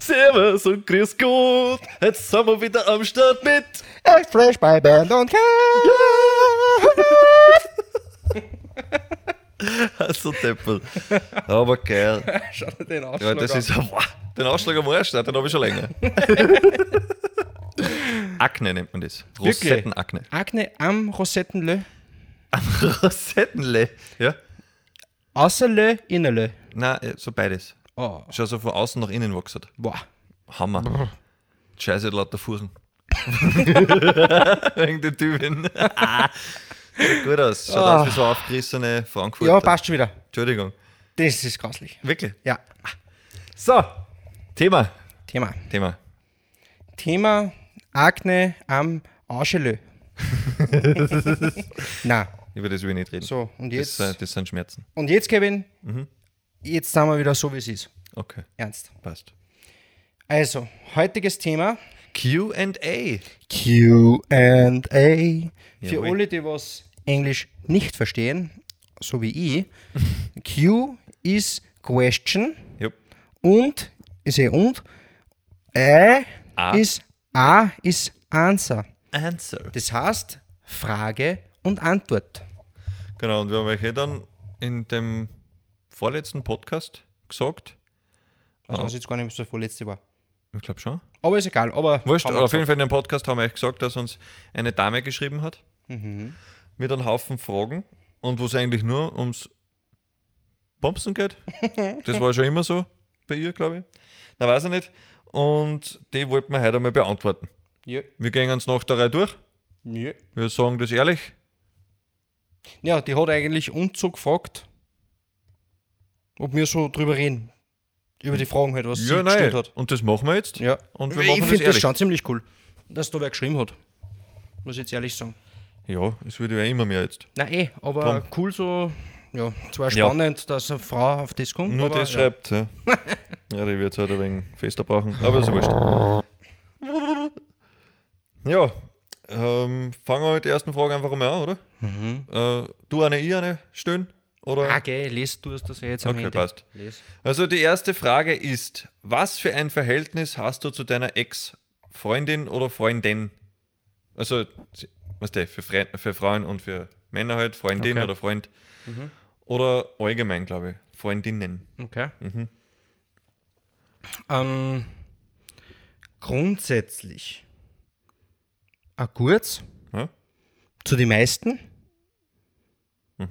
Servus und grüß Gott, jetzt sind wir wieder am Start mit Express bei Band und so Teppel. Also Aber geil. Schau dir den Ausschlag Ja, das an. ist den Ausschlag am Arsch, ne? den habe ich schon länger. Akne nennt man das. Wirklich? Rosettenakne. Akne am Rosettenlö, Rosettenle. Ja? außerlö, innerlö. Nein, äh, so beides. Oh, Schon so von außen nach innen wachsen. boah. Hammer. Scheiße, lauter Fuhren. Wegen den Typen. Sieht gut aus. Schaut aus wie so aufgerissene Frankfurter. Ah. Ja, passt schon wieder. Entschuldigung. Das ist grauslich. Wirklich. Ja, So, Thema. Thema. Thema. Thema Akne am Arschelö. Na, Über das will ich nicht reden. so, und das, jetzt, äh, das sind Schmerzen. und jetzt Kevin, Mhm. jetzt sind wir wieder so, wie es ist. Okay, Ernst. passt. Also, heutiges Thema QA. Q&A. Für Jawohl. alle, die was Englisch nicht verstehen, so wie ich, Q ist Question Jupp. und ist eh und A, A. ist A ist Answer. Answer. Das heißt Frage und Antwort. Genau, und wir haben euch eh dann in dem vorletzten Podcast gesagt, Also, was jetzt gar nicht mehr so vorletzte war. ich glaube schon, Aber ist egal, aber Wurscht, haben aber wir auf jeden Fall in dem Podcast haben wir euch gesagt, dass uns eine Dame geschrieben hat Mhm. mit einem Haufen Fragen und wo es eigentlich nur ums Bompsen geht. das war schon immer so bei ihr, glaube ich. Na, weiß ich nicht. Und die wollten wir heute einmal beantworten. Ja, Wir gehen uns nach der Reihe durch. ja. Wir sagen das ehrlich. ja, die hat eigentlich uns so gefragt, ob wir so drüber reden. Über die Fragen halt, was ja, sie gestellt nein. hat. Und das machen wir jetzt. Ja. Und wir machen ich das finde das ehrlich. schon ziemlich cool, dass da wer geschrieben hat. Muss ich jetzt ehrlich sagen. Ja, es wird ja immer mehr jetzt. Nein, eh, aber cool so. Ja, zwar Ja. spannend, dass eine Frau auf das kommt. Nur aber, das ja. schreibt. Ja, ja die wird halt ein wenig fester brauchen. Aber ist wurscht. Ja, ähm, fangen wir mit der ersten Frage einfach mal an, oder? Äh, du eine, ich eine stellen? Oder? Mhm. Ah, gell, les du es das ja jetzt am Okay, Handy. passt. Les. Also die erste Frage ist, was für ein Verhältnis hast du zu deiner Ex-Freundin oder Freundin? Also, was der für, Fre für Frauen und für Männer halt, Freundin Okay. oder Freund. Mhm. Oder allgemein, glaube ich, Freundinnen. Okay. Ähm, grundsätzlich ein gutes Ja? zu den meisten.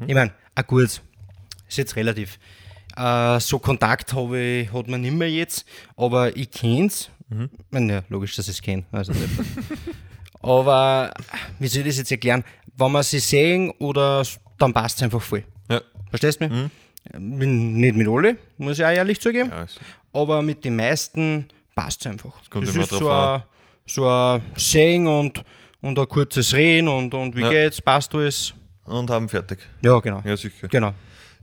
Ich meine, ein gutes ist jetzt relativ. Äh, so Kontakt habe ich, hat man nicht mehr jetzt, aber ich kenne es. Ja, logisch, dass ich es kenne. Also, aber wie soll ich das jetzt erklären? Wenn man sie sehen oder s- dann passt es einfach voll. Ja. Verstehst du mich? Äh, Bin Nicht mit alle, muss ich auch ehrlich zugeben. Mhm. ja also. ist- Aber mit den meisten passt es einfach. kommt das immer ist drauf so an. ein, so ein Singen und, und ein kurzes Reden und, und wie Ja. geht's, passt alles. und haben fertig. Ja, genau. Ja, sicher. Genau.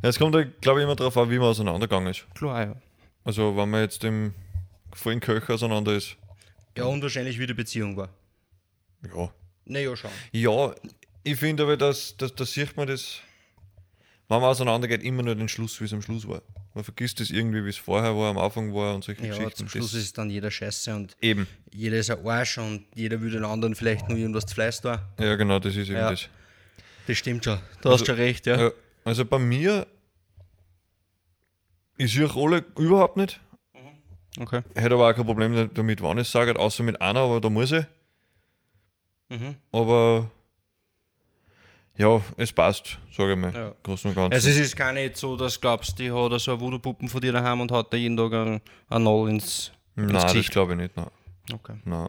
Ja, es kommt, glaube ich, immer darauf an, wie man auseinandergegangen ist. Klar, ja. Also, wenn man jetzt im vollen Köcher auseinander ist, Ja, und wahrscheinlich wie die Beziehung war. ja. Naja, schon. Ja, ich finde aber, dass, dass, dass sieht man das, wenn man auseinandergeht, immer nur den Schluss, wie es am Schluss war. Man vergisst das irgendwie, wie es vorher war, am Anfang war und solche Ja, Geschichten. zum Schluss das, ist dann jeder Scheiße und eben. jeder ist ein Arsch und jeder will den anderen vielleicht nur irgendwas zu Fleiß tun. Ja, genau, das ist eben Ja. das. Das stimmt schon. Du Also- hast schon recht, ja. Ja, also bei mir, ich sehe alle überhaupt nicht. Okay. Hätte aber auch kein Problem damit, wann ich es sage, außer mit einer, aber da muss ich. Mhm. Aber ja, es passt, sage ich mal. Ja. Großen und Ganzen. Also es ist gar nicht so, dass du glaubst, die hat so eine Voodoo-Puppen von dir daheim und hat da jeden Tag einen, einen Null ins, nein, ins das Gesicht. glaube ich nicht. Nein. Okay. nein.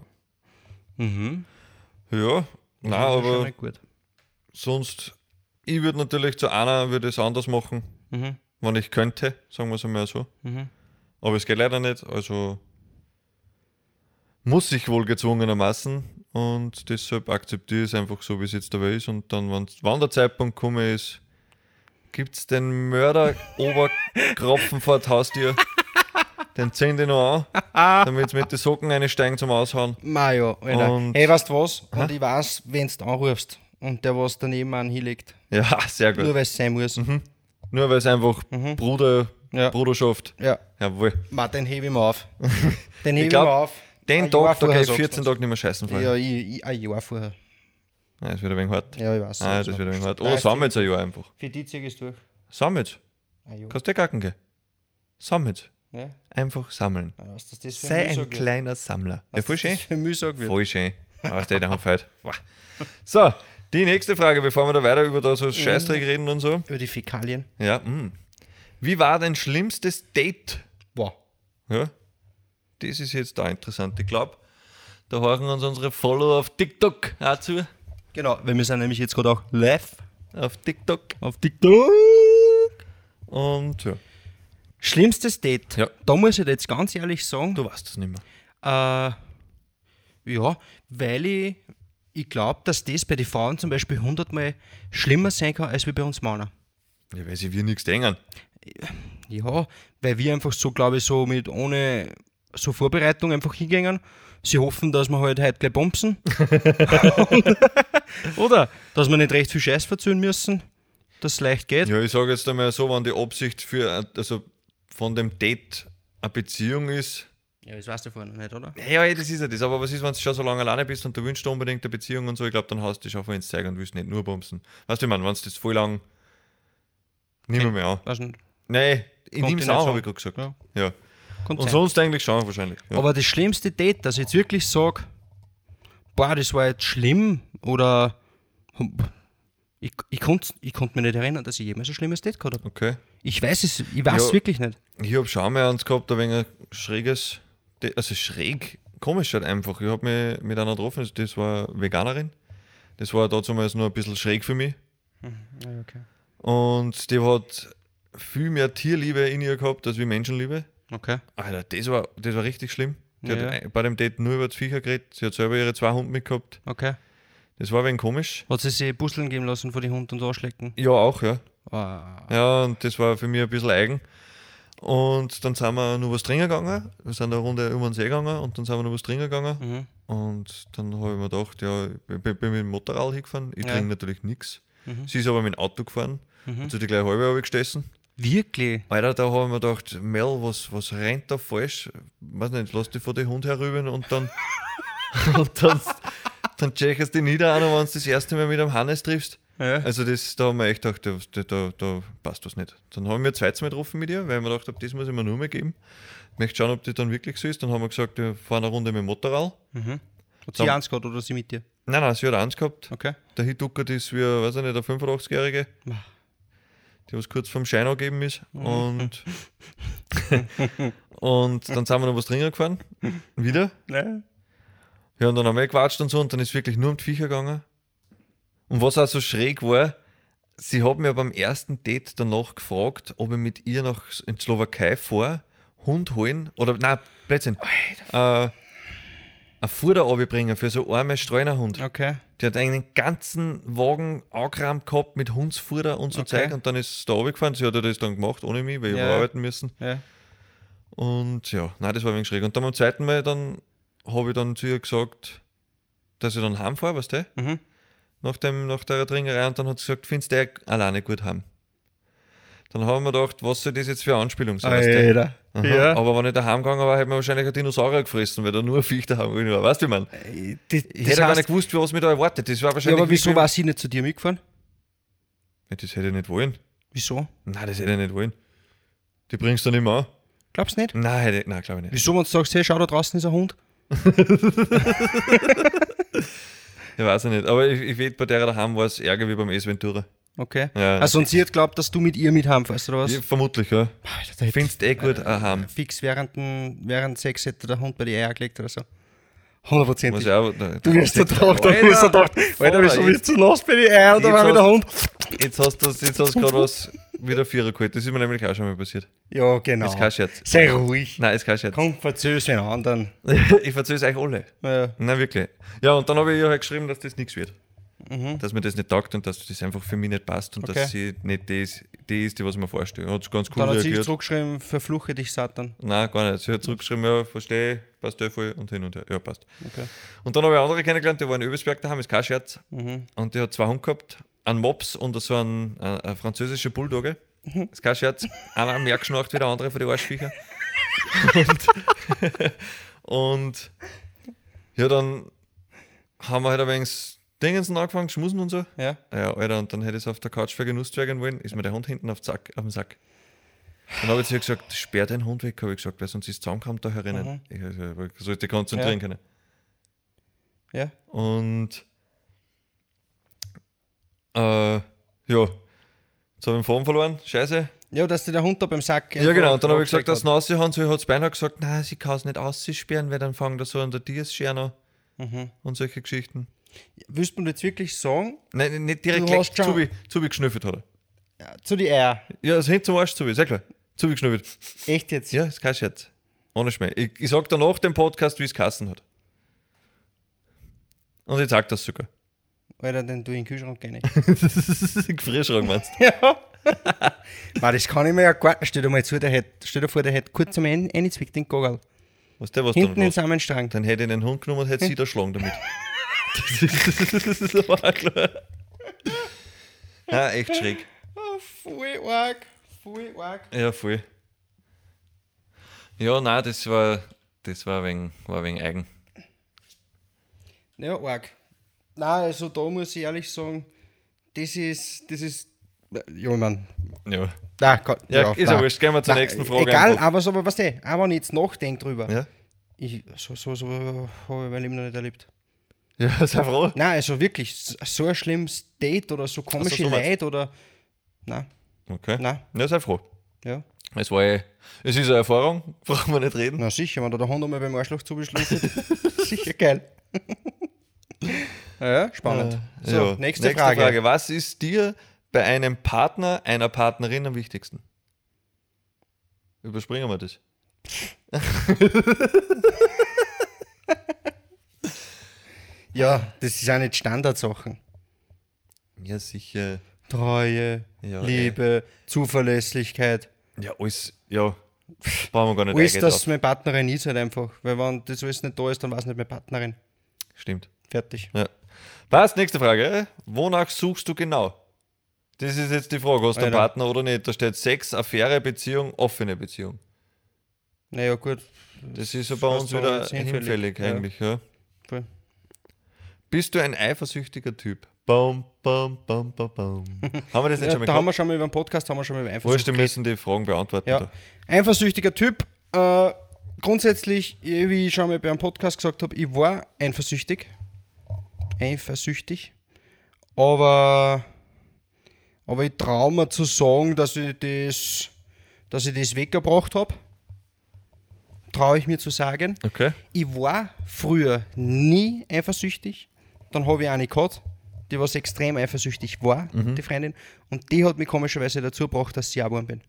Mhm. Ja, nein, Das ist schon aber mal gut. sonst, ich würde natürlich zu einer würde es anders machen, Mhm. wenn ich könnte, sagen wir es einmal so. Mhm. Aber es geht leider nicht, also muss ich wohl gezwungenermaßen und deshalb akzeptiere ich es einfach so, wie es jetzt dabei ist und dann, wenn's- wann der Zeitpunkt gekommen ist, Gibt es den Mörder-Oberkropfen vor das Haustier? Den ziehen die noch an, damit sie mit den Socken einsteigen zum Aushauen. Mario, Alter. Und- hey, weißt du was? Und ich weiß, wenn du anrufst und der was daneben an hinlegt, Ja, Mhm. sehr gut. Mhm. nur weil es sein muss. Nur weil es einfach Bruder, Ja. Bruderschaft. Ja, Jawohl. Ma, den hebe ich mir auf. Den hebe Ah, ich, glaub, mir auf. Den Ein Tag, Jahr da vorher kann ich sagst 14 du's. Tage nicht mehr scheißen fallen. Ja, ich, ich, ein Jahr vorher. Ja, das wird ein wenig hart. Ja, ich weiß. Ah, das Also, wird ein wenig hart. Nein, Oh, es- sammelt ein Jahr einfach. Für die zieh ich es durch. Sammelt. Ein Jahr. Kannst du kacken gehen. Sammelt. Ja? Einfach sammeln. Ah, Was das das für Sei ein Mühsog wird. kleiner Sammler. Ja, Was voll Also das schön. Für Mühsog wird. Voll schön. Aber der da haben halt. Wow. So, die nächste Frage, bevor wir da weiter über da so Scheißdreck reden und so. Über die Fäkalien. Ja, mm. Wie war dein schlimmstes Date? Boah. Ja, das ist jetzt da interessant. Ich glaube, da hören uns unsere Follower auf TikTok auch zu. Genau, weil wir sind nämlich jetzt gerade auch live Auf TikTok. auf TikTok. Und ja, Schlimmstes Date. Ja. Da muss ich dir jetzt ganz ehrlich sagen, du weißt es nicht mehr. Äh, ja, weil ich, ich glaube, dass das bei den Frauen zum Beispiel hundertmal schlimmer sein kann als wie bei uns Männern. Ja, weil sie wir nichts denken. Ja, weil wir einfach so, glaube ich, so mit ohne so Vorbereitung einfach hingängen. Sie hoffen, dass wir halt heute gleich bombsen. Oder dass wir nicht recht viel Scheiß verzögern müssen, dass es leicht geht. Ja, ich sage jetzt einmal so, wenn die Absicht für, also von dem Date eine Beziehung ist. Ja, das weißt du vorher noch nicht, oder? Ja, ja, das ist ja das. Aber was ist, wenn du schon so lange alleine bist und du wünschst dir unbedingt eine Beziehung und so? Ich glaube, dann hast du dich auch ins Zeigen und willst nicht nur bumsen. Weißt du, ich meine, wenn du das voll lang. Nimm mir an. Weiß nicht. Nein, ich Kommt nehme dir es nicht auch, so. habe ich gerade gesagt. Ja. Ja. Kann Und sein. sonst eigentlich schon wahrscheinlich. Ja. Aber das schlimmste Date, dass ich jetzt wirklich sage, boah, das war jetzt schlimm oder ich, ich konnte ich konnt mich nicht erinnern, dass ich jemals ein schlimmes Date gehabt habe. Okay. Ich weiß es, ich weiß Ja. es wirklich nicht. Ich habe schon mal eins gehabt, ein wenig ein schräges, De- also schräg, komisch halt einfach. Ich habe mich mit einer getroffen, also das war eine Veganerin. Das war damals nur ein bisschen schräg für mich. okay. Und die hat viel mehr Tierliebe in ihr gehabt, als wie Menschenliebe. Okay. Alter, das war, das war richtig schlimm. Die Ja. hat ein- bei dem Date nur über das Viecher geredet. Sie hat selber ihre zwei Hunde mitgehabt. Okay. Das war ein wenig komisch. Hat sie sich Busseln geben lassen von den Hund und anschlecken? Ja, auch, ja. Ah. Ja, und das war für mich ein bisschen eigen. Und dann sind wir noch was trinken gegangen. Wir sind eine Runde um den See gegangen und dann sind wir noch was trinken gegangen. Mhm. Und dann habe ich mir gedacht, ja, ich bin, bin mit dem Motorrad hingefahren. Ich Ja. Mhm. trinke natürlich nichts. Sie ist aber mit dem Auto gefahren und sie hat die gleich halbe habe gestessen. Wirklich? Alter, da habe ich mir gedacht, Mel, was, was rennt da falsch? Weiß nicht, lass dich vor den Hund herüben und dann. und dann, dann checkst du dich nieder an, wenn du das erste Mal mit einem Hannes triffst. Ja. Also das, da haben wir echt gedacht, da, da- da, da passt was nicht. Dann haben wir ein zweites Mal getroffen mit ihr, weil ich mir gedacht habe, das muss ich mir nur mehr geben. Ich möchte schauen, ob die dann wirklich so ist. Dann haben wir gesagt, wir fahren eine Runde mit dem Motorrad. Hat Dann- sie eins gehabt oder sie mit dir? Nein, nein, sie hat eins gehabt. Okay. Der Hituckert ist wie, ein, weiß ich nicht, der 85-Jährige, Ma. der was kurz vorm Schein angegeben ist. Und, und dann sind wir noch was drin gefahren. Wieder. Ne? Ja, und dann haben wir eh gequatscht und so und dann ist wirklich nur um die Viecher gegangen. Und was auch so schräg war, sie hat mir beim ersten Date danach gefragt, ob ich mit ihr nach S- in die Slowakei fahre, Hund holen oder, nein, Blödsinn, äh, ein Futter runterbringen für so arme Streunerhund. Okay. Die hat einen ganzen Wagen angerammt gehabt mit Hundsfutter und so Okay. Zeug und dann ist sie da runtergefahren. Sie hat ja das dann gemacht ohne mich, weil ich Ja. hab arbeiten müssen. Ja. Und ja, nein, das war wegen schräg. Und dann beim zweiten Mal dann habe ich dann zu ihr gesagt, dass ich dann heimfahre, weißt du? Mhm. Nach, dem, nach der Trinkerei und dann hat sie gesagt, findest du eh alleine gut heim. Dann haben wir gedacht, was soll das jetzt für eine Anspielung sein? weißt du? Alter. Aha, Ja. Aber wenn ich daheim gegangen war, hätte mir wahrscheinlich ein Dinosaurier gefressen, weil da nur ein Viech daheim gewesen war. Weißt du, ich meine? Das, Ich hätte gar nicht gewusst, was mich da erwartet. Das war ja, wahrscheinlich. aber wieso wirklich- war sie nicht zu dir mitgefahren? Ja, Das hätte ich nicht wollen. Wieso? Nein, das hätte ich nicht wollen. Die bringst du nicht mehr an. Glaubst du nicht? Nein, hätte ich, nein, glaube ich nicht. Wieso, wenn du sagst, hey, schau, da draußen ist ein Hund? Ich weiß es nicht. Aber ich, ich wette, bei der daheim war es ärger wie beim Ace Ventura. Okay. Ja, also und sie hat glaubt, dass du mit ihr mit heimfährst, oder was? Äh, Ich, vermutlich, ja. Alter, Ich find's eh gut daheim. fix während, dem- während Sex hätte der Hund bei dir Eier gelegt oder so. Muss Hundertprozentig. ich auch, nein, Du wirst da drauf, du Alter, wirst da drauf. Alter, wieso Alter, bist du nass bei die Eier und dann Jetzt war wieder der Hund? Jetzt hast du jetzt hast du gerade was wieder Vierer geholt. Das ist mir nämlich auch schon mal passiert. Ja, genau. Ist kein Scherz. Sei ruhig. Nein, ist kein Scherz. Komm, verzöger's den anderen. äh, Ich verzeihe es euch alle. Ja. Nein, wirklich. Ja, und dann habe ich ihr halt geschrieben, dass das nichts wird. dass mir das nicht taugt und dass das einfach für mich nicht passt und Mhm. Okay. dass sie nicht die ist, die, ist, die was ich mir vorstelle. Hat ganz cool Dann hat sie reagiert. zurückgeschrieben, verfluche dich Satan. Nein, gar nicht. Sie hat zurückgeschrieben, ja, verstehe, passt eh voll und hin und her. Ja, passt. Okay. Und dann habe ich andere kennengelernt, die waren in Öbelsberg daheim, ist kein Scherz. Und die hat zwei Hunde gehabt, einen Mops und so einen, äh, einen französischen Bulldogge. Ist kein Scherz. Einer mehr geschnarcht wie der andere für die Arschviecher. Und, und ja, dann haben wir halt ein wenig das Dingensen angefangen, schmusen und so. Ja. Ja, Alter, und dann hätte ich es auf der Couch vergenusst werden wollen, ist mir der Hund hinten auf, den Sack, auf den Sack. Dann habe ich zu ihr gesagt, sperr deinen Hund weg, habe ich gesagt, weil sonst ist zusammenkommt da herinnen. Ich also, ich sollte konzentrieren Mhm. Ja. können. Ja. Und äh, ja, jetzt habe ich den Form verloren, scheiße. Ja, dass dir der Hund da beim Sack. Ja, genau, und dann habe ich abgeschreckt gesagt, dass sie hat. ihn raushauen soll, hat das Bein gesagt, nein, sie kann es nicht aussperren, weil dann fangen da so an der Tiersschere an Mhm. und solche Geschichten. Willst du mir jetzt wirklich sagen, Nein, nicht direkt Du gleich hast schon- zubi- zugeschnüffelt hat er. ja, äh, zu die Eier, Ja, das Hemd zum Arsch zu, sehr klar. Zugeschnüffelt. echt jetzt? Ja, ist kein Scherz. Ohne Schmäh. Ich, ich sag danach dem Podcast, wie es Kassen hat. Und ich sag das sogar. Alter, den du in den Kühlschrank geh nicht. Gefrierschrank meinst du? Mann, das kann ich mir ja gar nicht. Stell dir mal zu, der hätte, stell dir vor, der hätte kurz am Ende eingezwickt den Gogel. Was der was Hinten dann den los? Samenstrang. Dann hätte ich den Hund genommen und hätte sie erschlagen damit. das ist, das ist aber auch klar. Ja, echt schräg. Oh, voll arg. Voll arg. Ja, voll. Ja, nein, das war, das war wegen, war wegen eigen. Ja, arg. Nein, also da muss ich ehrlich sagen, das ist, das ist, ja, ich mein, Ja. nein, Gott, Ja, ist ja nein. wurscht. Gehen wir zur Nein, nächsten Frage Egal, einfach. aber so, aber was weißt du, aber wenn ich jetzt nachdenke drüber, Ja? ich, so, so, so habe ich mein Leben noch nicht erlebt. Ja, sei froh. Nein, also wirklich, so- so ein schlimmes Date oder so komische Also so meinst Leute oder, nein, Okay. Nein. Ja, sei froh. ja. Es war eh, es ist eine Erfahrung, brauchen wir nicht reden. Na sicher, wenn da der Hund einmal beim Arschloch zubeschlüsselt, sicher geil. ja, spannend. so, Äh, Ja. nächste, Frage. Was ist dir bei einem Partner, einer Partnerin am wichtigsten? Überspringen wir das. Ja, das sind auch nicht Standardsachen. Ja, sicher. Treue, Ja, eh. Liebe, Zuverlässigkeit. Ja, alles, ja. Brauchen wir gar nicht Alles, eingehen dass drauf. meine Partnerin ist halt einfach. Weil wenn das alles nicht da ist, dann war es nicht meine Partnerin. Stimmt. Fertig. Ja. Was? Nächste Frage. Wonach suchst du genau? Das ist jetzt die Frage. Hast du einen Alter. Partner oder nicht? Da steht Sex, Affäre, Beziehung, offene Beziehung. Naja, gut. Das ist ja bei Hast uns du wieder jetzt hinfällig, hinfällig ja. eigentlich, ja. Voll. Bist du ein eifersüchtiger Typ? Bam, bam, bam, bam, bam. Haben wir das nicht Ja, schon mal da gehabt? haben wir schon mal über den Podcast, haben wir schon mal über Eifersucht. Wurscht, wir müssen die Fragen beantworten. Ja. Da. Eifersüchtiger Typ. Äh, grundsätzlich, eh, wie ich schon mal beim Podcast gesagt habe, ich war eifersüchtig. Eifersüchtig. Aber, aber ich traue mir zu sagen, dass ich das, dass ich das weggebracht habe. Traue ich mir zu sagen. Okay. Ich war früher nie eifersüchtig. Dann habe ich eine gehabt, die was extrem eifersüchtig war, die Freundin. Und die hat mich komischerweise dazu gebracht, dass ich auch geworden bin.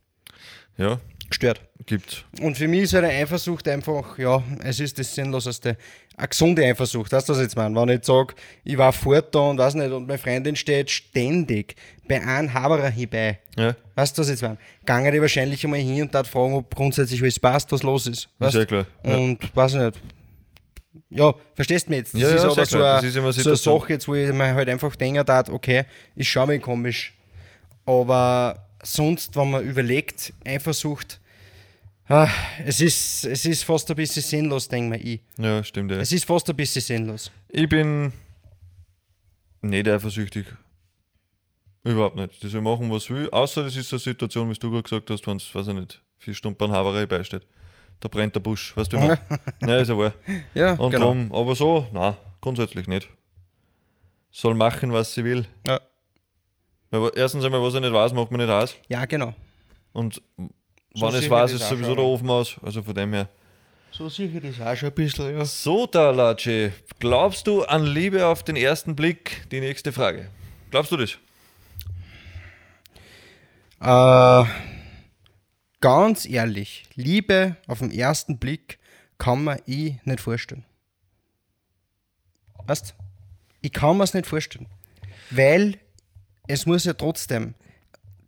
Ja, Gestört. gibt's. Und für mich ist halt eine Eifersucht einfach, ja, es ist das Sinnloseste. Eine gesunde Eifersucht, weißt du, was ich jetzt meine? Wenn ich jetzt sage, ich war fort da und weiß nicht, und meine Freundin steht ständig bei einem Haberer hierbei. Ja, Weißt du, was ich jetzt meine? Gange die wahrscheinlich einmal hin und dort fragen, ob grundsätzlich alles passt, was Mhm. los ist. Weißt? ist ja klar. Ja. Und weiß ich nicht. Ja, verstehst du mich jetzt? Das Ja, ja, ist sehr aber so klar. eine, Das ist immer so eine Situation. Sache jetzt, wo ich mir halt einfach denken darf, okay, ist schon mal komisch. Aber sonst, wenn man überlegt, Eifersucht, ah, es, ist, es ist fast ein bisschen sinnlos, denke ich. ja, stimmt. Ja. Es ist fast ein bisschen sinnlos. Ich bin nicht eifersüchtig. Überhaupt nicht. Die soll machen, was sie will. Außer das ist so eine Situation, wie du gerade gesagt hast, wenn es, weiß ich nicht, vier Stunden beim Haverei beisteht. Da brennt der Busch, weißt du immer. Nein, ist ja genau. wahr. Ja, Und drum, aber so, nein, grundsätzlich nicht. Soll machen, was sie will. Ja. Weil wa- Erstens einmal, was er nicht weiß, macht man nicht aus. ja, genau. Und wenn So es sicher weiß, das ist auch sowieso schon, der ja. Ofen aus. Also von dem her. So sicher das auch schon ein bisschen, ja. So, Dalace, glaubst du an Liebe auf den ersten Blick? Die nächste Frage. Glaubst du das? Äh, ganz ehrlich, Liebe auf den ersten Blick kann man eh ich nicht vorstellen. Weißt Ich kann mir es nicht vorstellen. Weil es muss ja trotzdem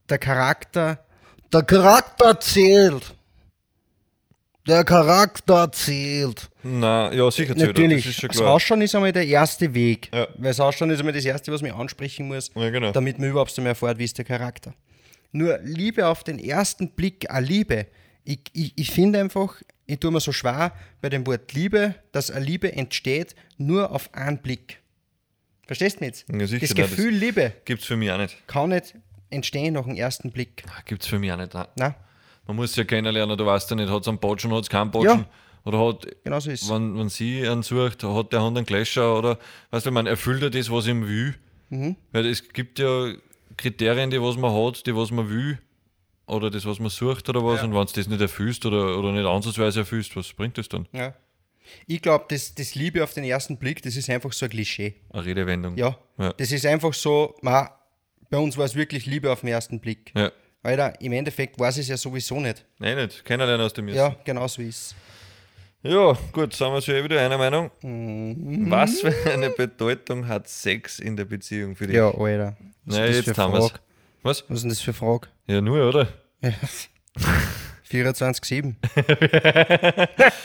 der Charakter, der Charakter zählt. Der Charakter zählt. Na, ja, sicher zählt er, Natürlich, Das ist schon das klar. Ausschauen ist einmal der erste Weg. Ja. Weil das Ausschauen ist einmal das erste, was man ansprechen muss, Ja, genau. damit man überhaupt einmal erfährt, wie ist der Charakter. Nur Liebe auf den ersten Blick, eine Liebe. Ich, ich, ich finde einfach, ich tue mir so schwer bei dem Wort Liebe, dass eine Liebe entsteht nur auf einen Blick. Verstehst du mich jetzt? Ja, sicher, das nein, das- Gefühl Liebe Gibt's für mich auch nicht. kann nicht entstehen nach dem ersten Blick. Ah, Gibt's für mich auch nicht. Nein. Nein, Man muss ja kennenlernen, du weißt ja nicht, hat es einen Botschen, hat es keinen Botschen. Ja. Oder hat, genau so ist es. wenn, wenn sie einen sucht, hat der Hand einen Gläscher oder, weißt du, man erfüllt er das, was ihm will. Mhm. Weil es gibt ja Kriterien, die was man hat, die was man will oder das, was man sucht oder was. Und wenn es das nicht erfüllst oder, oder nicht ansatzweise erfüllst, was bringt das dann? Ja. Ich glaube, das, das Liebe auf den ersten Blick, das ist einfach so ein Klischee. Eine Redewendung. Ja, Ja. das ist einfach so, ma, bei uns war es wirklich Liebe auf den ersten Blick. ja. Alter, im Endeffekt weiß es ja sowieso nicht. Nein, nicht. Kennenlernen aus dem Ja, genau so ist Ja, gut, sind wir schon eh wieder einer Meinung. Mhm. Was für eine Bedeutung hat Sex in der Beziehung für dich? Ja, Alter. Was Naja, ist das jetzt für haben eine wir es. Frage? Was? Was ist denn das für eine Frage? Ja, nur, oder? 24-7.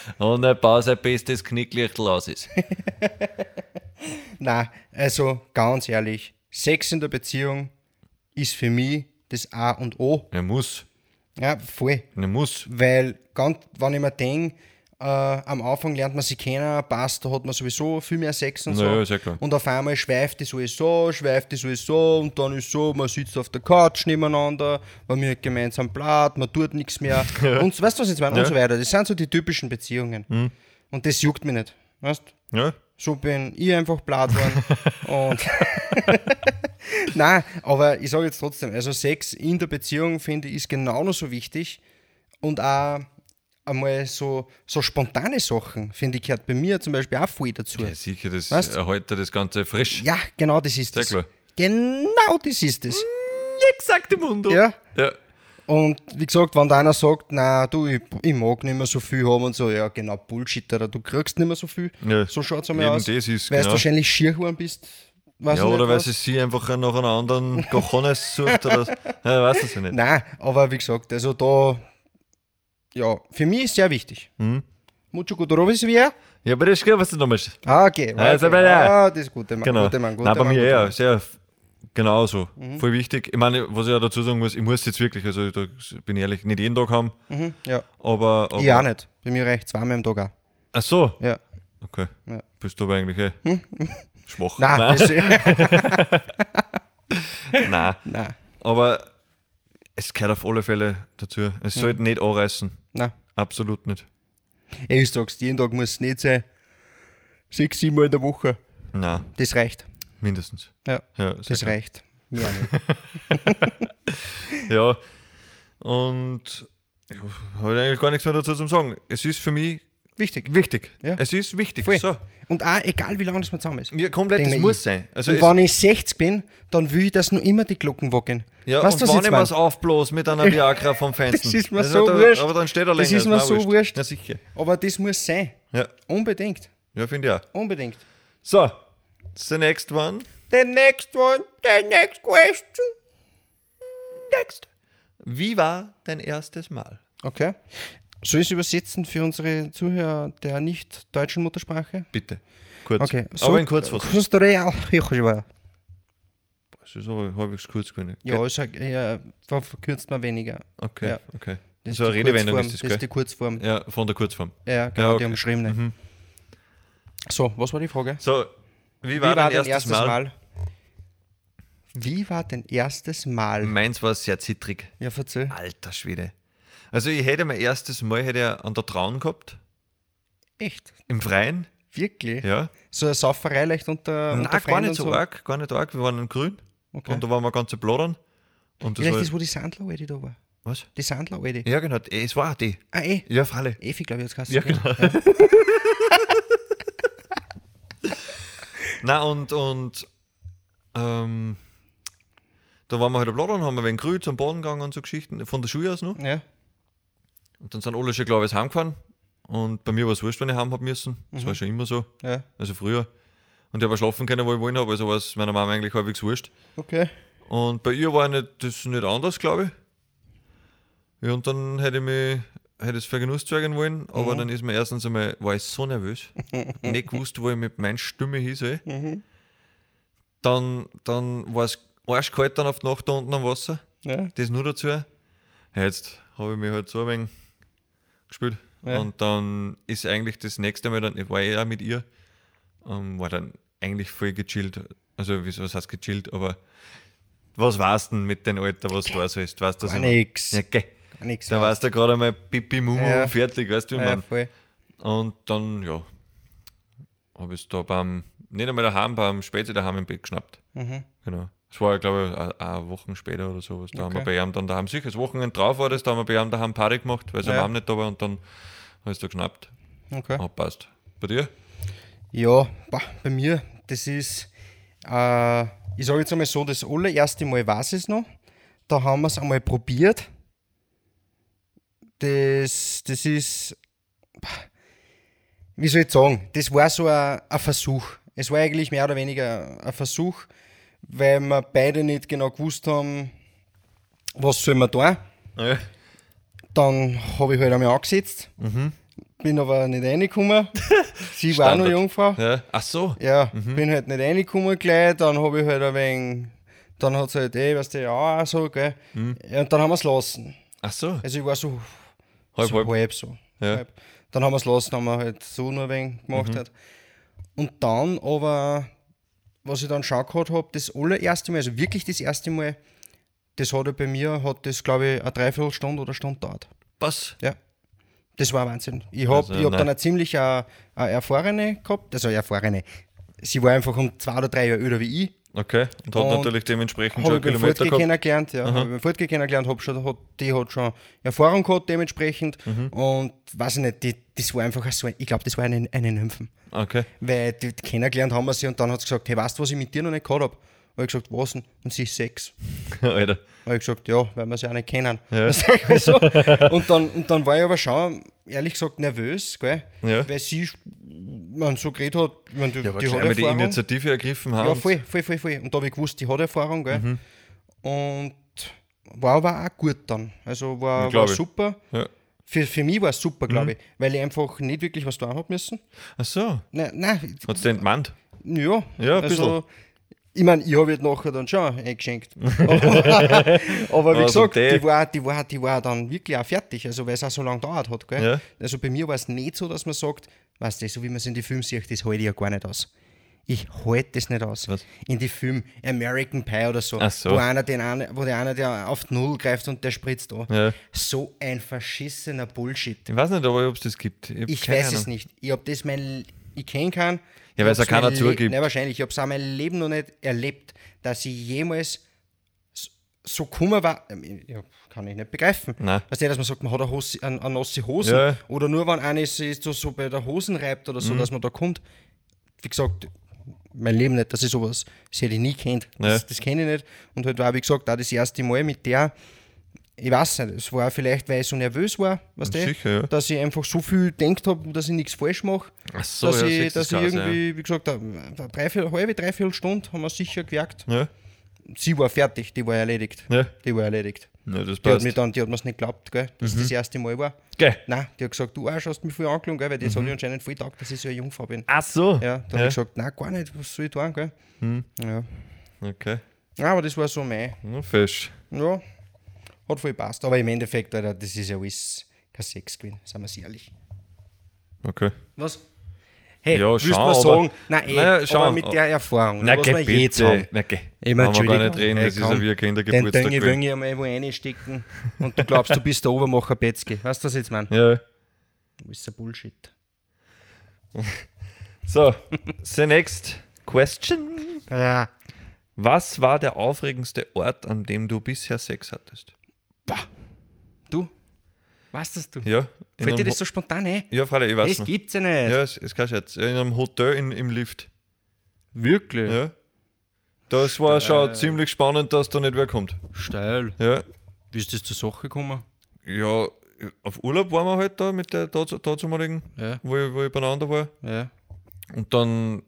Und ein Pause, bis das Knicklicht aus ist. Nein, also ganz ehrlich, Sex in der Beziehung ist für mich das A und O. Er muss. Ja, voll. Er muss. Weil, ganz, wenn ich mir denke, äh, am Anfang lernt man sich kennen, passt, da hat man sowieso viel mehr Sex und Naja, ist so. ja klar. Und auf einmal schweift die sowieso, schweift die sowieso und dann ist so, man sitzt auf der Couch nebeneinander, man wird gemeinsam blatt, man tut nichts mehr. und so- weißt du, was ich jetzt meine? Und so weiter. Das sind so die typischen Beziehungen. Mhm. Und das juckt mich nicht. Weißt du? Ja? So bin ich einfach blatt worden. und Nein, aber ich sage jetzt trotzdem, also Sex in der Beziehung, finde ich, ist genau noch so wichtig. Und auch einmal so, so spontane Sachen, finde ich, gehört bei mir zum Beispiel auch voll dazu. ja sicher, das Weißt? erhält er das Ganze frisch. Ja, genau das ist Sehr es. klar. Genau das ist es. Exakt im Mund. Ja. ja. Und wie gesagt, wenn da einer sagt, na du, ich, ich mag nicht mehr so viel haben und so, ja genau, Bullshit, oder du kriegst nicht mehr so viel. Ja. So schaut es einmal Eben aus. das ist, weil du genau. wahrscheinlich schier geworden bist. Weiß Ja, ich nicht oder weil was. sie sie einfach nach einer anderen Cojones sucht oder so. Ja, weiß es ja nicht. Nein, aber wie gesagt, also da, ja, für mich ist sehr wichtig. Mhm. Mucho gusto, Robis, wie er? Ja, aber das ist klar, was du da machst. Ah, okay. Also okay. bei der- ah, das ist gute Mann, Genau. gute Mann, gute Nein, bei Mann, mir guter eher. Mann. Mhm. Sehr f- genau so. Voll wichtig. Ich meine, was ich auch dazu sagen muss, ich muss jetzt wirklich, also da bin ich ehrlich, nicht jeden Tag haben, Mhm, ja. ne. aber. aber Ich auch nicht. Bei mir reicht zweimal im Tag auch. Ach so. Ja. Okay. Ja. Hm? Bist du aber eigentlich eh schwach. Nein, das, Nein. nein, Aber es gehört auf alle Fälle dazu. Es sollte nicht anreißen. nein. Absolut nicht. Ey, Ich sag's, jeden Tag muss es nicht sein. Sechs, sieben Mal in der Woche. Nein, Das reicht. mindestens. Ja, Ja, das sicher. reicht. Mehr nicht. ja. Und ich habe eigentlich gar nichts mehr dazu zu sagen. Es ist für mich Wichtig. wichtig. Ja. Es ist wichtig. Voll. So. Und auch egal, wie lange das man zusammen ist. Ja, komplett, Denk das mir muss ich. sein. Also Und es, wenn ich 60 bin, dann will ich, dass nur immer die Glocken wackeln. ja, weißt du, und wann was ich jetzt ich was meine? aufbloß mit einer Viagra vom Fenster. Das ist mir ist so halt- wurscht. Aber dann steht er länger. Das ist mir so wurscht. Ja, sicher. Aber das muss sein. Ja, Unbedingt. ja finde ich auch. Unbedingt. So, the next one. The next one, the next question. Next. Wie war dein erstes Mal? Okay. Soll ich es übersetzen für unsere Zuhörer der nicht deutschen Muttersprache? Bitte. Kurz. Okay. aber in Kurzfassung. Kannst du real- Ja, Das ist aber halbwegs kurz gewesen. ja, ich sag, ja, ver- verkürzt man weniger. Okay, Ja. okay. Das so eine die Redewendung Kurzform, ist das, Das ist gell? die Kurzform. Ja, von der Kurzform. Ja, genau, Ja, die okay. haben geschrieben. Mhm. So, was war die Frage? So, wie war, dein erstes, Mal? Wie war dein erstes Mal? Meins war sehr zittrig. Ja, verzeih. Alter Schwede. Also ich hätte mein erstes Mal hätte ich an der Traun gehabt, Echt? im Freien, Wirklich? ja. So eine Sauferei leicht unter, Nein, unter gar Freunden nicht und so, so. arg, gar nicht arg. Wir waren in Grün Okay. und da waren wir ganze Plaudern. Und das Vielleicht war, ist, wo die Sandler alte da war. was? Die Sandler alte. Ja genau, eh, es war auch die. Ah, eh. Ja, Falle. Effi, glaube ich, jetzt kannst Ja, genau. Na und, und ähm, da waren wir halt am Plaudern, haben wir wegen Grün zum Boden gegangen und so Geschichten, von der Schule aus noch. Ja. Und dann sind alle schon, glaube ich, heimgefahren. Und bei mir war es wurscht, wenn ich heim hab müssen. Das war schon immer so, Ja. also früher. Und ich habe auch schlafen können, wo ich wollen habe. Also war es meiner Mama eigentlich halbwegs wurscht. Okay. Und bei ihr war nicht, das nicht anders, glaube ich. Ja, und dann hätte ich mich hätte es Vergenuss zeigen wollen, aber dann ist mir erstens einmal, war ich so nervös, nicht gewusst, wo ich mit meiner Stimme hieß. Dann, dann war es arschkalt dann auf die Nacht da unten am Wasser. Ja. Das nur dazu. Ja, Jetzt habe ich mich halt so ein wenig gespielt. Ja. Und dann ist eigentlich das nächste Mal, dann ich war ja mit ihr, ähm, war dann eigentlich voll gechillt. Also, wieso was heißt gechillt, aber was warst denn mit dem Alter, was du da so ist? Weißt du, was Gar ich mein? nichts. Ja, gell. Gar nichts. Da warst du gerade einmal Pipi Mumu Ja. und fertig, weißt du, wie ja, man. voll. Und dann, ja, habe ich es da beim, nicht einmal daheim, beim Späti daheim im Bett geschnappt. Mhm. Genau. Das war, glaube ich, a- a Wochen später oder sowas. Da haben wir Okay. bei ihm dann daheim, sicher, das Wochenende drauf war das, da haben wir bei ihm daheim Party gemacht, weil seine Ja. Mom nicht da war und dann habe ich da geschnappt. Okay. Ah, passt. Bei dir? Ja, bah, bei mir, das ist, äh, ich sage jetzt einmal so, das allererste Mal weiß ich es noch. Da haben wir es einmal probiert. Das, das ist, bah, wie soll ich sagen, das war so ein, ein Versuch. Es war eigentlich mehr oder weniger ein Versuch, weil wir beide nicht genau gewusst haben, was soll man da. Ja. Dann habe ich halt einmal angesetzt, bin aber nicht reingekommen. Sie war auch noch Standard. Jungfrau. ja. Ach so. Ja, Mhm. bin halt nicht reingekommen gleich, dann habe ich halt ein wenig, dann hat es halt, ey, weißt du, ja, auch so, gell. Mhm. Ja, und dann haben wir es lassen. Ach so. Also ich war so Halb, so halb. halb so. Ja. Mhm. Halb. Dann haben wir es lassen, haben wir halt so nur ein wenig gemacht. Halt. Und dann aber, was ich dann schon gehabt habe, das allererste Mal, also wirklich das erste Mal, das hatte bei mir, hat das glaube ich eine Dreiviertelstunde oder Stunde dauert. Was? Ja. Das war Wahnsinn. Ich habe Also, ich hab nein. dann eine ziemlich äh, äh, erfahrene gehabt, also erfahrene. Sie war einfach um zwei oder drei Jahre älter wie ich. Okay. Und hat Und natürlich dementsprechend Habe schon ich beim Kilometer Fortgehen gehabt. kennengelernt, ja. Habe ich beim Fortgehen kennengelernt, hab schon, hat, die hat schon Erfahrung gehabt dementsprechend. Mhm. Und weiß ich nicht, die, das war einfach so, ein- ich glaube, das war eine, eine Nymphen. Okay. Weil die, die kennengelernt haben wir sie und dann hat sie gesagt, hey, weißt du, was ich mit dir noch nicht gehabt habe? Habe ich gesagt, was denn? Und sie ist sechs. Alter. Habe ich gesagt, ja, weil wir sie auch nicht kennen. Das sag ich mal so. und, dann, und dann war ich aber schon, ehrlich gesagt, nervös, gell? Ja. weil sie man so geredet hat, ich mein, die, Ja, aber die die, hat die Erfahrung. Initiative ergriffen haben. ja, und- voll, voll, voll, voll. Und da habe ich gewusst, die hat Erfahrung. Gell? Mhm. Und war aber auch gut dann. Also war, war glaub ich. super. Ja. Mhm. Für, für mich war es super, glaube ich, weil ich einfach nicht wirklich was da habe müssen. Ach so. Nein, nein, Hat es den entmannt? ja, Ja, ein also, ich meine, ich habe jetzt nachher dann schon eingeschenkt. aber, aber wie Also gesagt, der- die war, die, war, die war dann wirklich auch fertig, also weil es auch so lange gedauert hat. Gell? Ja. Also bei mir war es nicht so, dass man sagt, weißt du, so wie man es in die Filmen sieht, das halte ich ja gar nicht aus. Ich halte das nicht aus. Was? In die Film American Pie oder so, Ach so. Wo, einer den einen, wo der einer der auf die Null greift und der spritzt da. Ja. So ein verschissener Bullshit. Ich weiß nicht, aber ob es das gibt. hab Ich keine weiß es Ahnung. nicht. Ich habe das mein. Ich kenne keinen. Ja, weil es ja keiner zugibt. Nein, wahrscheinlich. Ich habe es auch mein Leben noch nicht erlebt, dass ich jemals s- so kummer war. Ähm, Ja, kann ich nicht begreifen. Nein. Weißt du, dass man sagt, man hat eine, Hose, eine, eine nasse Hose. Ja. Mhm. Oder nur, wenn eine sich so, so bei der Hosen reibt oder so, dass man da kommt. Wie gesagt, mein Leben nicht, dass ich sowas, das hätte ich nie kennt. Das, Ja. das kenne ich nicht. Und halt war, wie gesagt, auch das erste Mal mit der, ich weiß nicht, es war vielleicht, weil ich so nervös war, weißt du, Sicher, ja. dass ich einfach so viel gedacht habe, dass ich nichts falsch mache, Ach so, dass ja, ich, siehst du, dass ich das kann sein, irgendwie, wie gesagt, eine, eine dreiviertel, halbe, dreiviertel Stunde haben wir sicher gewerkt. Ja, Sie war fertig, die war erledigt. ja. Die war erledigt. ja Ne, das Die hat passt. Mhm. mir dann, die hat mir's nicht geglaubt, gell, dass das das erste Mal war. Gell. Nein, die hat gesagt, du Arsch hast mich voll angelogen, gell, weil das Mhm. hat ich anscheinend voll gedacht, dass ich so eine Jungfrau bin. Ach so. Ja, da habe ich gesagt, nein, gar nicht, was soll ich tun, gell. Mhm. Ja. Okay. Ja, aber das war so mein. Nur Fisch. Ja, hat voll gepasst. Aber im Endeffekt, Alter, das ist ja alles kein Sex gewesen, sind wir sehr ehrlich. Okay. Was? Hey, Ja, willst du schau, mal aber- sagen, nein, ey, Naja, schau, aber mit aber- der Erfahrung, was wir jetzt haben. Na, geh. Ich mein, Wollen wir gar Entschuldigung. nicht reden, Hey, das ist komm, ja wie ein Den Kindergeburtstag. Ding gewesen. will ich einmal wo reinstecken und du glaubst, du bist der Obermacher Betzke. Weißt du, was ich jetzt meine? Ja. Das ist ein Bullshit. So, the next question. Ja. Was war der aufregendste Ort, an dem du bisher Sex hattest? Du? Weißt das du? Ja. in Fällt dir einem das so spontan ein? Ho- ja, Freilich, ich weiß Das noch. gibt's ja nicht. Ja, ist, ist kein Scherz. In einem Hotel in, im Lift. Wirklich? Ja. Das war Äh. schon ziemlich spannend, dass da nicht wer kommt. Steil. Ja. Wie ist das zur Sache gekommen? Ja, auf Urlaub waren wir halt da mit der daz- dazumaligen, Ja. wo ich, wo ich beieinander war. Ja. Und dann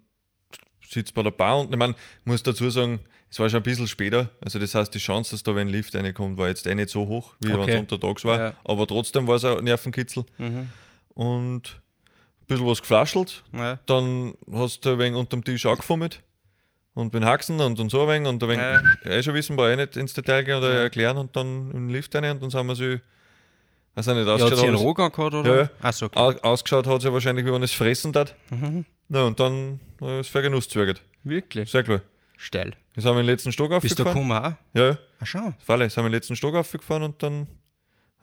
sitzt bei der Bar und ich meine, muss dazu sagen, es war schon ein bisschen später. Also das heißt, die Chance, dass da wenn Lift reinkommt, war jetzt eh nicht so hoch, wie Okay. wenn es untertags war. Ja. Mhm. Aber trotzdem war es ein Nervenkitzel. Und ein bisschen was geflaschelt. Ja. Dann hast du ein wenig unterm Tisch angefummelt. Und bin Haxen und, und so ein wenig. Und ein wenig, eh schon wissen, war eh nicht ins Detail gehen oder erklären und dann in den Lift rein und dann sind wir so. Also nicht Ja, hat sie einen aber- Rohgang gehabt, Ja, oder? ja. Achso, okay. Mhm. Au- Ausgeschaut hat sie wahrscheinlich, wie man es fressen tat. Na, und dann äh, ist Vergenuss zwergert. Wirklich? Sehr klar. Steil. Jetzt haben wir den letzten Stock Bist du aufgefahren. gekommen auch? Ja, ja. Ach, schau. Falle, jetzt haben wir den letzten Stock aufgefahren und dann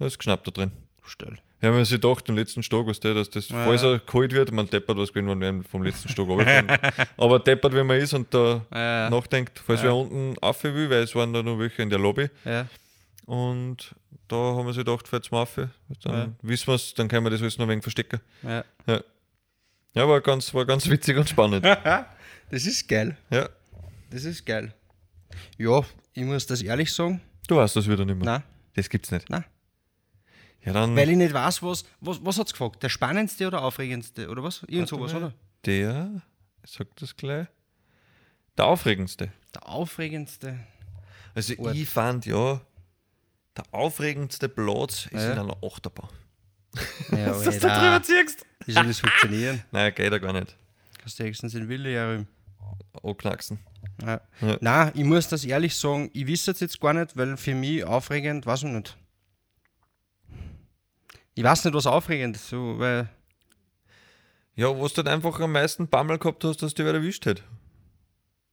ist geschnappt da drin. Steil. Ja, wenn sie gedacht, den letzten Stock, was der, dass das, falls er kalt wird, man deppert was gewinnen, wenn wir vom letzten Stock runterfahren. Aber deppert, wenn man ist und da Ja, ja. nachdenkt, falls wer unten auf will, weil es waren da noch welche in der Lobby. Ja. Und da haben wir sich gedacht, falls wir auf, dann wissen wir es, dann können wir das alles noch ein wenig verstecken. ja. Ja, ja war, ganz, war ganz witzig und spannend. Das ist geil. ja. Das ist geil. Ja, ich muss das ehrlich sagen. Du weißt das wieder nicht mehr. Nein. Das gibt's nicht. Nein. Ja, dann Weil ich nicht weiß, was, was, was hat es gefragt? Der spannendste oder aufregendste oder was? Irgend sowas, oder? der, ich sag das gleich, der aufregendste. Der aufregendste. Also ich fand ja, der aufregendste Platz ist in einer Achterbahn. Ja, Dass du drüber ziehst? Wie soll das funktionieren? Nein, geht ja gar nicht. Kannst du höchstens den Wille ja rühmen. Anknacksen. Ja. Ja. Nein, ich muss das ehrlich sagen, ich wüsste es jetzt gar nicht, weil für mich aufregend, weiß ich nicht. Ich weiß nicht, was aufregend ist, so, weil Ja, wo du halt einfach am meisten Bammel gehabt hast, dass die wer erwischt hat.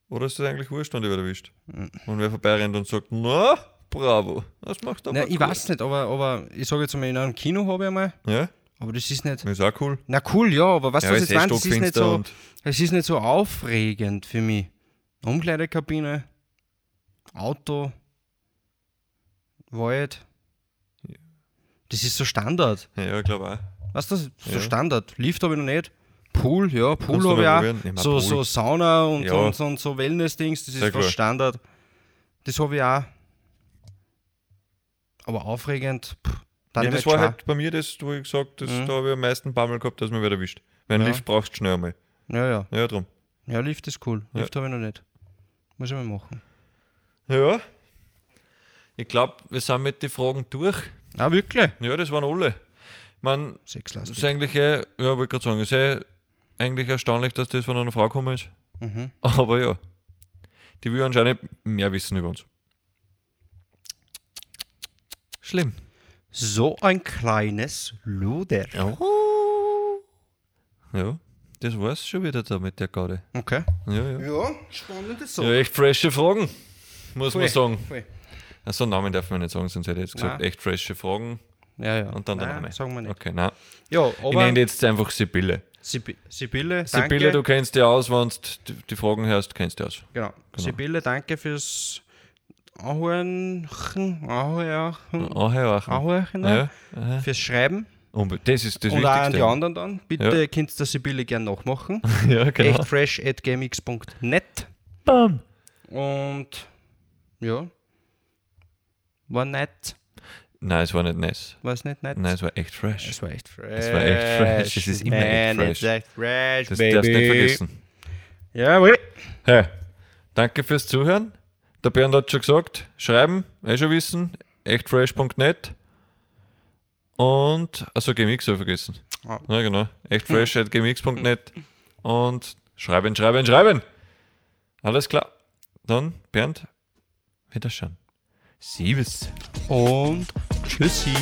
Oder ist das eigentlich wurscht, wenn die wer erwischt? Hm. Und wer vorbeirennt und sagt, na, bravo, das macht aber Nein, ich cool. weiß nicht, aber, aber ich sage jetzt mal, in einem Kino habe ich einmal, Ja, aber das ist nicht. ist auch cool. Na cool, ja, aber was Ja, du aber es was jetzt ist eh meinst, es ist nicht stockfinster so. und- Es ist nicht so aufregend für mich. Umkleidekabine, Auto, Wald. Das ist so Standard. Ja, ja ich glaube auch. Weißt du, das ist so Ja. Standard. Lift habe ich noch nicht. Pool, ja, Pool Kannst du habe ich mal auch. probieren? Ich mein, so, Pool. so Sauna und, Ja. und, und so Wellness-Dings, das ist Sehr fast klar. Standard. Das habe ich auch. Aber aufregend, pff, dann Ja, das nicht Hm. mehr war gescheit. halt bei mir das, wo ich gesagt das, da habe ich am meisten Bammel gehabt, dass man wieder erwischt. Weil einen Lift brauchst du schnell einmal. Ja, ja. Ja, drum. Ja, Lift ist cool. Lift habe ich noch nicht. Muss ich mal machen. Ja. Ich glaube, wir sind mit den Fragen durch. Ah, wirklich? Ja, das waren alle. Man Sechs lassen. ist eigentlich, eh, ja, wollte gerade sagen, ist eh eigentlich erstaunlich, dass das von einer Frau gekommen ist. Aber ja, die will anscheinend mehr wissen über uns. Schlimm. So ein kleines Luder. Ja, das war's schon wieder da mit der Garde. Okay. Ja, ja. Ja, spannende Ja, Sache. echt frische Fragen, muss man sagen. Voll. Achso, Namen darf man nicht sagen, sonst hätte ich jetzt gesagt, echt frische Fragen Ja, ja. und dann der Nein, Name. Sagen wir nicht. Okay, nein. Ja, Ich aber nenne jetzt einfach Sibylle. Sibylle, Sibylle, danke. Sibylle, du kennst dich aus, wenn du die- die Fragen hörst, kennst du dich aus. Genau. Sibylle, danke fürs Anhören, Anhören, Oh, Herr Aachen. Anhören, Ja, fürs Schreiben. Unbe- das ist das Und auch an die Wichtigste. anderen dann. Bitte könnt ihr der Sibylle gern nachmachen. Ja, genau. Echtfresh at gamix.net. Bam. Und ja, war nett. Nein, es war nicht nice. War es nicht nett? Nein, es war echt fresh. Es war echt fresh. war echt fresh. Es ist immer echt Man, fresh. it's echt fresh, Das baby. darfst du nicht vergessen. Jawohl. Hey, danke fürs Zuhören. Der Bernd hat schon gesagt, schreiben, eh schon wissen, echtfresh.net und, also GMX habe ich vergessen. Ah. Ja, genau. echtfresh.gmx.net und schreiben, schreiben, schreiben. Alles klar. Dann, Bernd, wieder schauen. Siebes. Und tschüssi.